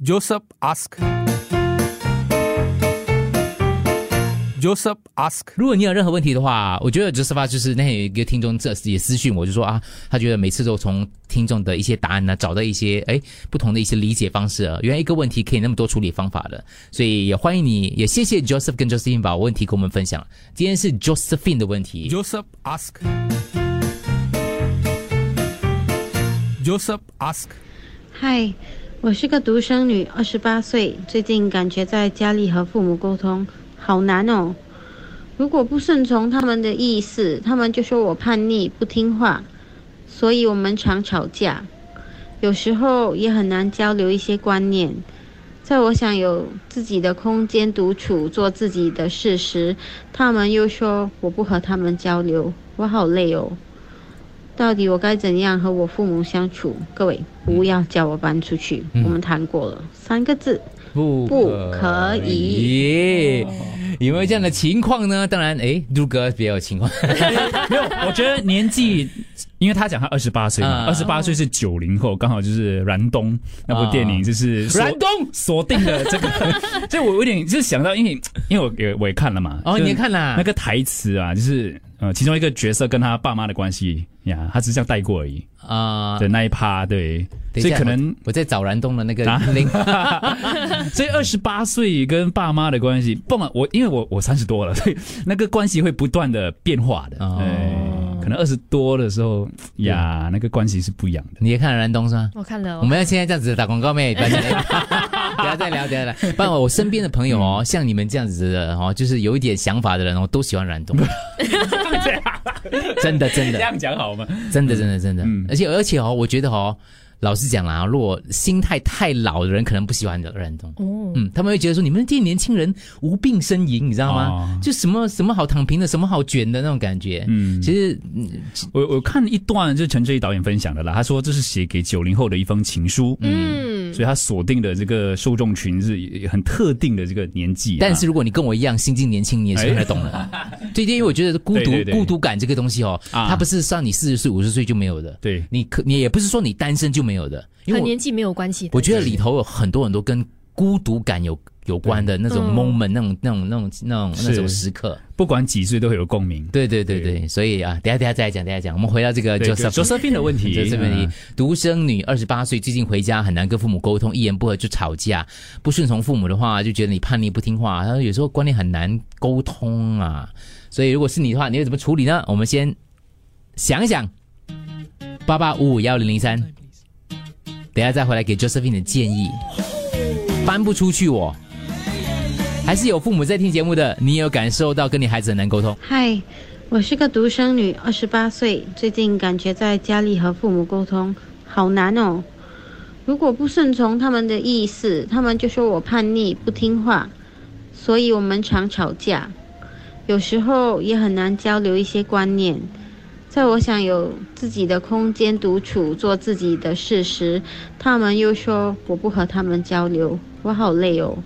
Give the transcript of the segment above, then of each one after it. Joseph ask。Joseph ask，如果你有任何问题的话，我觉得 j o s e p 就是那一个听众，这也私讯我，就说啊，他觉得每次都从听众的一些答案呢，找到一些哎不同的一些理解方式啊。原来一个问题可以那么多处理方法的，所以也欢迎你，呃也谢谢 Joseph 跟 Josephine 把问题跟我们分享。今天是 Josephine 的问题 Joseph ask. Joseph ask. 嗨，我是个独生女，二十八岁，最近感觉在家里和父母沟通好难哦。如果不顺从他们的意思，他们就说我叛逆、不听话，所以我们常吵架。有时候也很难交流一些观念。在我想有自己的空间独处、做自己的事时，他们又说我不和他们交流，我好累哦。到底我该怎样和我父母相处？各位不要叫我搬出去，我们谈过了，三个字，不不可以。咦，有没有这样的情况呢？当然，哎，陆哥比较有情况，没有，我觉得年纪，因为他讲他二十八岁嘛，嗯二十八岁是九零后，刚好就是《燃冬》那部电哦影，就是锁燃冬锁定了 这个，就我有点就是想到，因为因为我也我也看了嘛，哦，就是你也看啦，那个台词啊，就是呃，其中一个角色跟他爸妈的关系呀，他只是这样带过而已啊，的那一趴，对，等一所以下可能我我在找燃冬的那个啊 link，所以二十八岁跟爸妈的关系，不嘛，我因为我我三十多了，所以那个关系会不断的变化的。哎哦对，可能二十多的时候呀，那个关系是不一样的。 你也看了燃冬是吗？我看了，我们要现在这样子打广告 妹，不要再聊不要再聊，不要再聊。不然我身边的朋友嗯哦，像你们这样子的哦，就是有一点想法的人哦，都喜欢燃 冬。真的，真这的，样讲好吗？真的，真的，真的嗯。而且而且哦，我觉得哦，老实讲啦，如果心态太老的人，可能不喜欢燃冬。哦，嗯，他们会觉得说你们这些年轻人无病呻吟，你知道吗哦？就什么什么好躺平的，什么好卷的那种感觉。嗯，其实嗯我我看一段就是陈志宇导演分享的啦，他说这是写给九零后的一封情书，嗯，所以他锁定的这个受众群是很特定的这个年纪啊。哎但是如果你跟我一样心境年轻，你也是看得懂的。 对，因为我觉得孤独对对对孤独感这个东西哦，啊它不是算你四十岁五十岁就没有的，对你可你也不是说你单身就没有的，因和为我年纪没有关系的。我觉得里头有很多很多跟孤独感有有关的那种嗯 moment，那种那种那种那种那种是时刻。不管几岁都会有共鸣。对对对对，所以啊，等一下等一下再讲，等一下讲，我们回到这个对 Joseph Josephine 的问题这这问题嗯，独生女二十八岁，最近回家很难跟父母沟通，一言不合就吵架，不顺从父母的话，就觉得你叛逆不听话，然后有时候观念很难沟通啊。所以如果是你的话，你会怎么处理呢？我们先想一想，八八五五幺零零三，等一下再回来给 Josephine 的建议。搬不出去我。还是有父母在听节目的，你也有感受到跟你孩子很难沟通。嗨，我是个独生女，二十八岁，最近感觉在家里和父母沟通好难哦。如果不顺从他们的意思，他们就说我叛逆、不听话，所以我们常吵架。有时候也很难交流一些观念。在我想有自己的空间独处、做自己的事时，他们又说我不和他们交流，我好累哦。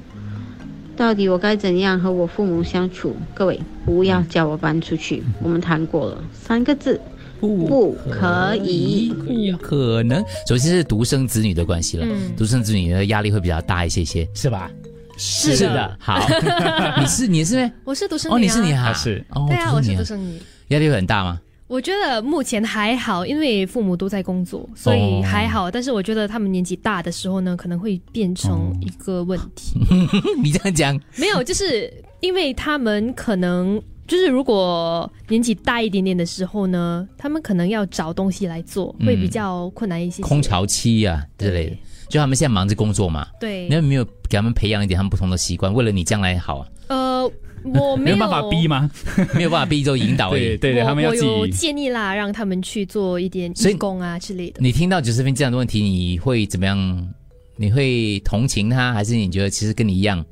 到底我该怎样和我父母相处？各位不要叫我搬出去，我们谈过了，三个字，不可以。可能，首先是独生子女的关系了，啊嗯独生子女的压力会比较大一些些，是吧？是的，好， 你是你是咩？我是独生女、啊，哦，你是你啊？啊是哦，对啊，我独生是女独生女。压力会很大吗？我觉得目前还好，因为父母都在工作，所哦以还好。但是我觉得他们年纪大的时候呢，可能会变成一个问题。嗯 嗯你这样讲，没有，就是因为他们可能就是如果年纪大一点点的时候呢，他们可能要找东西来做，嗯会比较困难一些些。空巢期啊之类的，就他们现在忙着工作嘛，对你，有没有给他们培养一点他们不同的习惯？为了你将来好 啊，呃，我 没有有办法逼吗？没有办法逼就引导而对已。对对，我他们要我自有己。建议啦，让他们去做一点所以义工啊之类的。你听到九十分这样的问题，你会怎么样？你会同情他，还是你觉得其实跟你一样？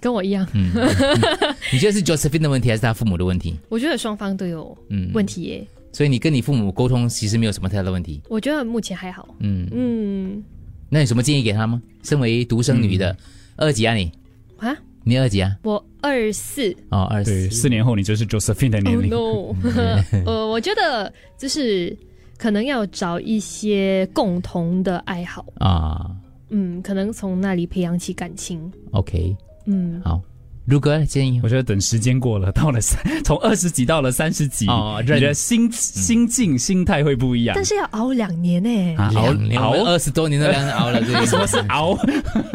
跟我一样，嗯， 你觉得是 Josephine 的问题，还是他父母的问题？我觉得双方都有嗯，问题耶。所以你跟你父母沟通其实没有什么太大的问题。我觉得目前还好。嗯，嗯，那有什么建议给他吗？身为独生女嗯的，二级啊你，啊，你二级啊？我二四。哦，二对，十四年后你就是 Josephine 的 Oh 年龄。 no！呃，我觉得就是可能要找一些共同的爱好。啊，嗯，可能从那里培养起感情。 ？OK，嗯，好，如哥建议我觉得等时间过了，到了三， 从二十几到了三十几，哦你认的心心境、心态会不一样但。是要熬两年呢、啊两年熬二十多年的量熬了，这 个什么是熬，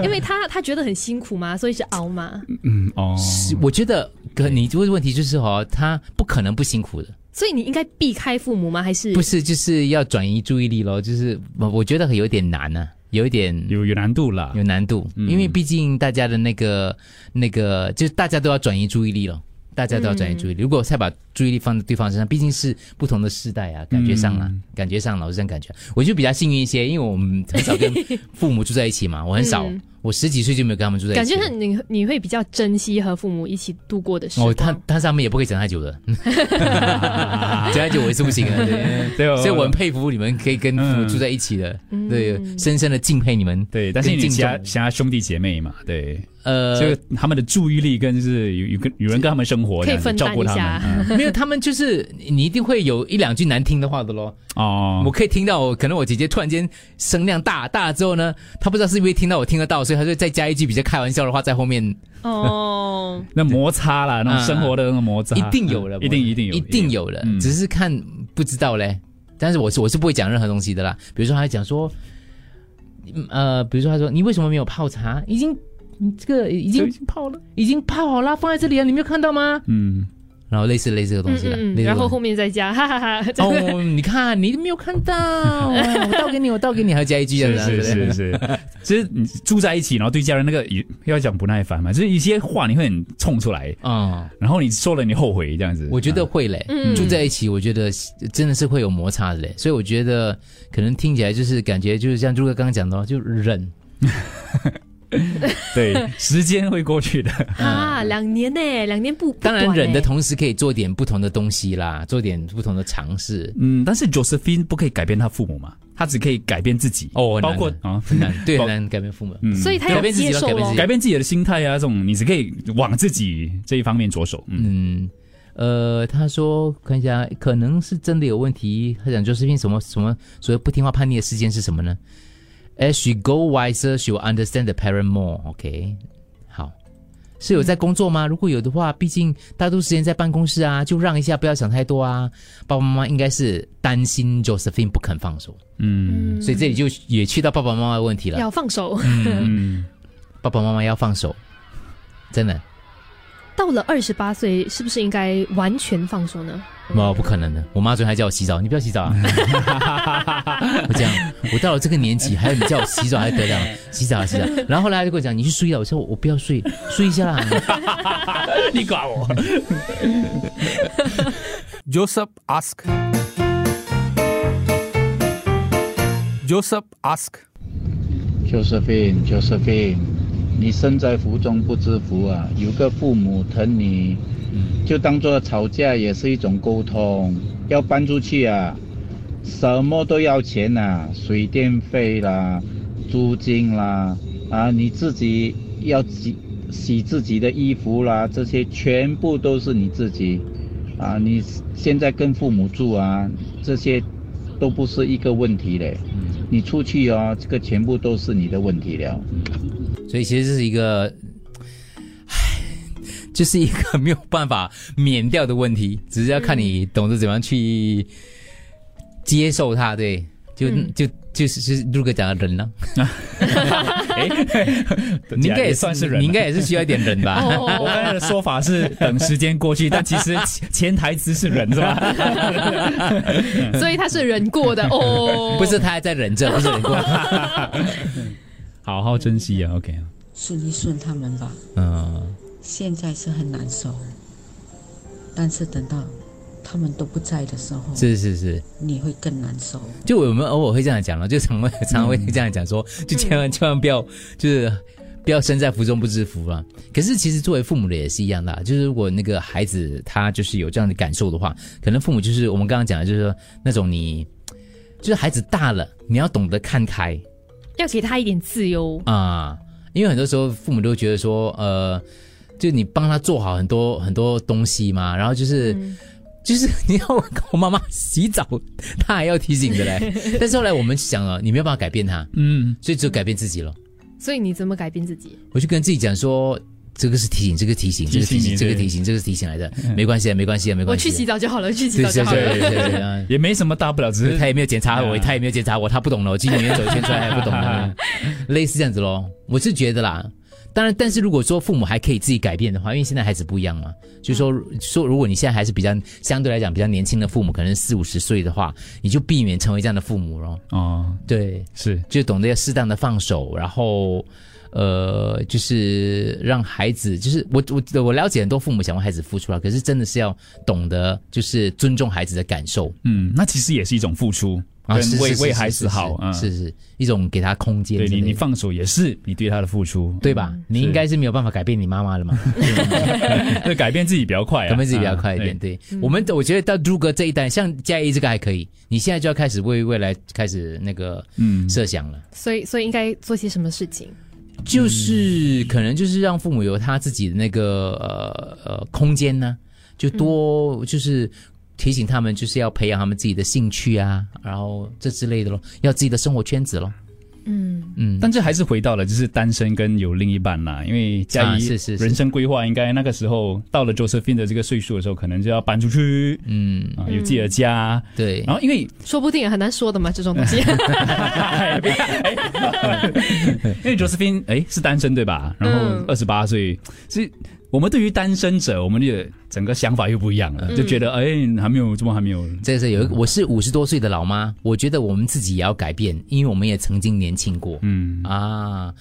因为他他觉得很辛苦嘛，所以是熬嘛。嗯哦，是我觉得哥，你这个问题就是哦，他不可能不辛苦的，所以你应该避开父母吗？还是不是就是要转移注意力咯，就是我我觉得有点难呢、有一点有有难度啦有。难度，嗯因为毕竟大家的那个那个，就是大家都要转移注意力了。大家都要转移注嗯意力，如果再把注意力放在对方身上，毕竟是不同的世代啊，感觉上啊，嗯感觉上老是这样感觉。我就比较幸运一些，因为我们很少 跟父母住在一起嘛，我很少，嗯我十几岁就没有跟他们住在一起感了。觉上你你会比较珍惜和父母一起度过的时光？哦，他他上面也不可以讲太久 的，讲太久我也是不行的。嗯对对，所以我很佩服你们可以跟父母住在一起的，对，深深的敬佩你们。对，但是你更其敬他重其他兄弟姐妹嘛，对，呃，所以他们的注意力跟是有有跟有人跟他们生活，可以这样子分照担顾一他们下嗯 没有他们就是你一定会有一两句难听的话的咯。嗯哦。我可以听到我可能我姐姐突然间声量大大了之后呢，她不知道是因为听到我听得到，所以她就再加一句比较开玩笑的话在后面，哦，那摩擦啦，那种生活的那种摩擦，嗯一定有了，一定一定有，一定。有了嗯，只是看不知道嘞。但是我是我是不会讲任何东西的啦，比如说他讲说，嗯呃，比如说他说你为什么没有泡茶？已经你这个已经泡了，已经泡好了，放在这里啊，你没有看到吗？嗯，然后类似类似的东嗯西啦，嗯类嗯，似的然后东后面再加， 哈哈哈。西哦，你看你没有看 到，哎我倒给你，我倒给你，还要加一句这样是子啊，对是不对是是， 其实你住在一起，然后对家人那个也要讲不耐烦嘛，就是一些话你会很冲出来，嗯，然后你说了你后悔这样子。我觉得啊会嘞，嗯住在一起，我觉得真的是会有摩擦的嘞，所以我觉得可能听起来就是感觉就是像朱哥刚刚讲的哦，就忍， 对，时间会过去的。啊，两年呢、两年不嗯当然，忍的的同时可以做点不同的东西啦，做点不同的尝试。嗯，但是 Josephine 不可以改变他父母嘛，他只可以改变自己哦很难包括的啊，很难，对，包很难改变父母。嗯所以他要改变自己接咯受哦改变自咯己。改变自己的心态啊，这种你只可以往自己这一方面着手。嗯，嗯，呃，他说看一下，可能是真的有问题。他讲就是因为什么什么所谓不听话叛逆的事件是什么呢？As she go wiser, she will understand the parent more. OK，好，是有在工作吗？如果有的话，毕竟大多时间在办公室啊，就让一下，不要想太多啊。爸爸妈妈应该是担心 Josephine 不肯放手，嗯所以这里就也去到爸爸妈妈的问题了。要放手。嗯，爸爸妈妈要放手，真的，到了二十八岁，是不是应该完全放手呢？我哦不可能的。我妈昨天还叫我洗澡，你不要洗 澡啊！我讲，我到了这个年纪，还有你叫我洗澡还得了？洗澡啊，洗澡。然后后来她就跟我讲，你去睡了。我说我不要睡，睡一下 啦。你管我？ Joseph ask Joseph ask Josephine, Josephine，你身在福中不知福啊！有个父母疼你，就当做吵架也是一种沟通。要搬出去啊，什么都要钱呐、水电费啦，租金啦，啊，你自己要洗洗自己的衣服啦，这些全部都是你自己。啊，你现在跟父母住啊，这些都不是一个问题嘞。你出去哦，这个全部都是你的问题了。所以其实是一个，唉，就是一个没有办法免掉的问题，只是要看你懂得怎么样去接受它。对，就、嗯就就是就是陆哥讲的忍呢、哎， 你应该也是算是人了，你应该也是需要一点忍 吧？。哦我刚才的说法是等时间过去，但其实潜潜台词是人是吧？所以他是忍过的哦嗯 不是，他还在忍着，不是 忍过。好好珍惜啊，OK。顺一顺他们吧。嗯，现在是很难受，但是等到他们都不在的时候，是是是，你会更难受。就我们偶尔会这样讲了，就常会常常会这样讲说，就千万千万不要就是。不要身在福中不知福啊！可是其实作为父母的也是一样的啊、就是如果那个孩子他就是有这样的感受的话，可能父母就是我们刚刚讲的，就是说那种你就是孩子大了，你要懂得看开，要给他一点自由。啊、因为很多时候父母都觉得嗯说，呃，就你帮他做好很多很多东西嘛，然后就是、就是你要我跟我妈妈洗澡，她还要提醒的嘞。但是后来我们想了，你没有办法改变她，嗯，所以只有改变自己了。所以你怎么改变自己？我就跟自己讲说，这个是提醒，这个提醒，这个提醒，提醒你这个对提醒，这个是提醒来的，没关系的，没关系的，没我关系去的。洗澡就好了，去洗对澡对就好对了。对对对对。也没什么大不了，只对是他也没有检查我，啊他也没有检查我，他不懂了，我进里面走一圈出来还不懂 了，类似这样子咯。我是觉得啦，当然，但是如果说父母还可以自己改变的话，因为现在孩子不一样嘛，就是说嗯说如果你现在还是比较相对来讲比较年轻的父母，可能四五十岁的话，你就避免成为这样的父母咯。哦，对，是就懂得要适当的放手，然后。呃，就是让孩子，就是我我我了解很多父母想为孩子付出啊，可是真的是要懂得就是尊重孩子的感受，嗯，那其实也是一种付出，啊，跟是为是是为是孩是子好，是嗯，是是一种给他空间之对类的，你你放嗯手也是你对他的付出，对吧？你应该是没有办法改变你妈妈了嘛， 对，改变自己比较快啊，改变自己比较快一点。啊，对我们，我觉得到朱哥这一代，像嘉一这个还可以，你现在就要开始为未来开始那个嗯设想了，所以所以应该做些什么事情？就是可能就是让父母有他自己的那个呃呃空间呢，就多就是。提醒他们就是要培养他们自己的兴趣啊，然后这之类的咯，要自己的生活圈子咯。嗯，嗯，但这还是回到了就是单身跟有另一半啦，因为嘉啊怡是是是人生规划应该那个时候到了 Josephine 的这个岁数的时候，可能就要搬出去嗯，啊，有自己的家，对。然后因为说不定也很难说的嘛，这种东 西。因为 Josephine 哎是单身对吧？然后嗯二十八岁，所以我们对于单身者，我们的整个想法又不一样嗯了，就觉得哎还没有，怎么还没有？嗯这是有一个，我是五十多岁的老妈，我觉得我们自己也要改变，因为我们也曾经年轻过。嗯啊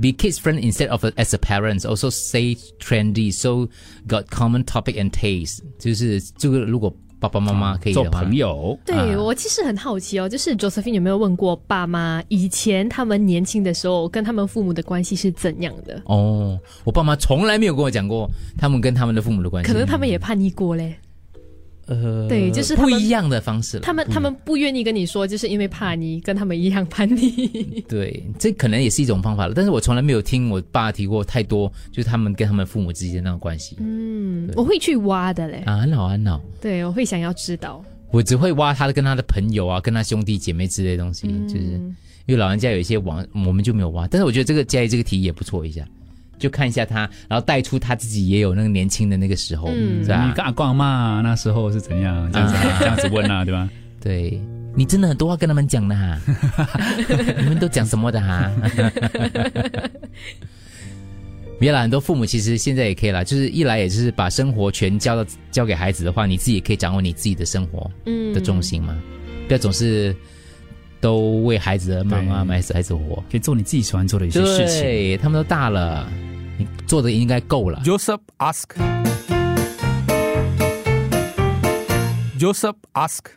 ，be kids friend instead of a, as a parents also stay trendy, so got common topic and taste。就是这个，如果爸爸妈妈可以的啊做话，朋友，啊啊对我其实很好奇哦，就是 Josephine 有没有问过爸妈，以前他们年轻的时候跟他们父母的关系是怎样的？哦，我爸妈从来没有跟我讲过他们跟他们的父母的关系，可能他们也叛逆过嘞，呃，对就是他不们一样的方式了。他们他们不愿意跟你说，就是因为怕你跟他们一样叛逆。对，这可能也是一种方法了，但是我从来没有听我爸提过太多，就是他们跟他们父母之间那种关系、嗯，我会去挖的嘞，啊，很好，很好。对我会想要知道。我只会挖他的跟他的朋友啊，跟他兄弟姐妹之类的东西，嗯就是因为老人家有一些网，我们就没有挖。但是我觉得这个嘉怡这个题也不错一下，就看一下他，然后带出他自己也有那个年轻的那个时候，嗯是吧你？跟阿公阿妈那时候是怎样？这 样子、这样子问啊，对吧？对你真的很多话跟他们讲的哈，你们都讲什么的啊哈？别啦，很多父母其实现在也可以啦，就是一来也就是把生活全交到交给孩子的话，你自己也可以掌握你自己的生活，嗯的重心嘛，不要总是都为孩子而忙啊，对为孩子孩子活。可以做你自己喜欢做的一些事情。对，他们都大了，你做的应该够了。 Joseph ask. Joseph ask.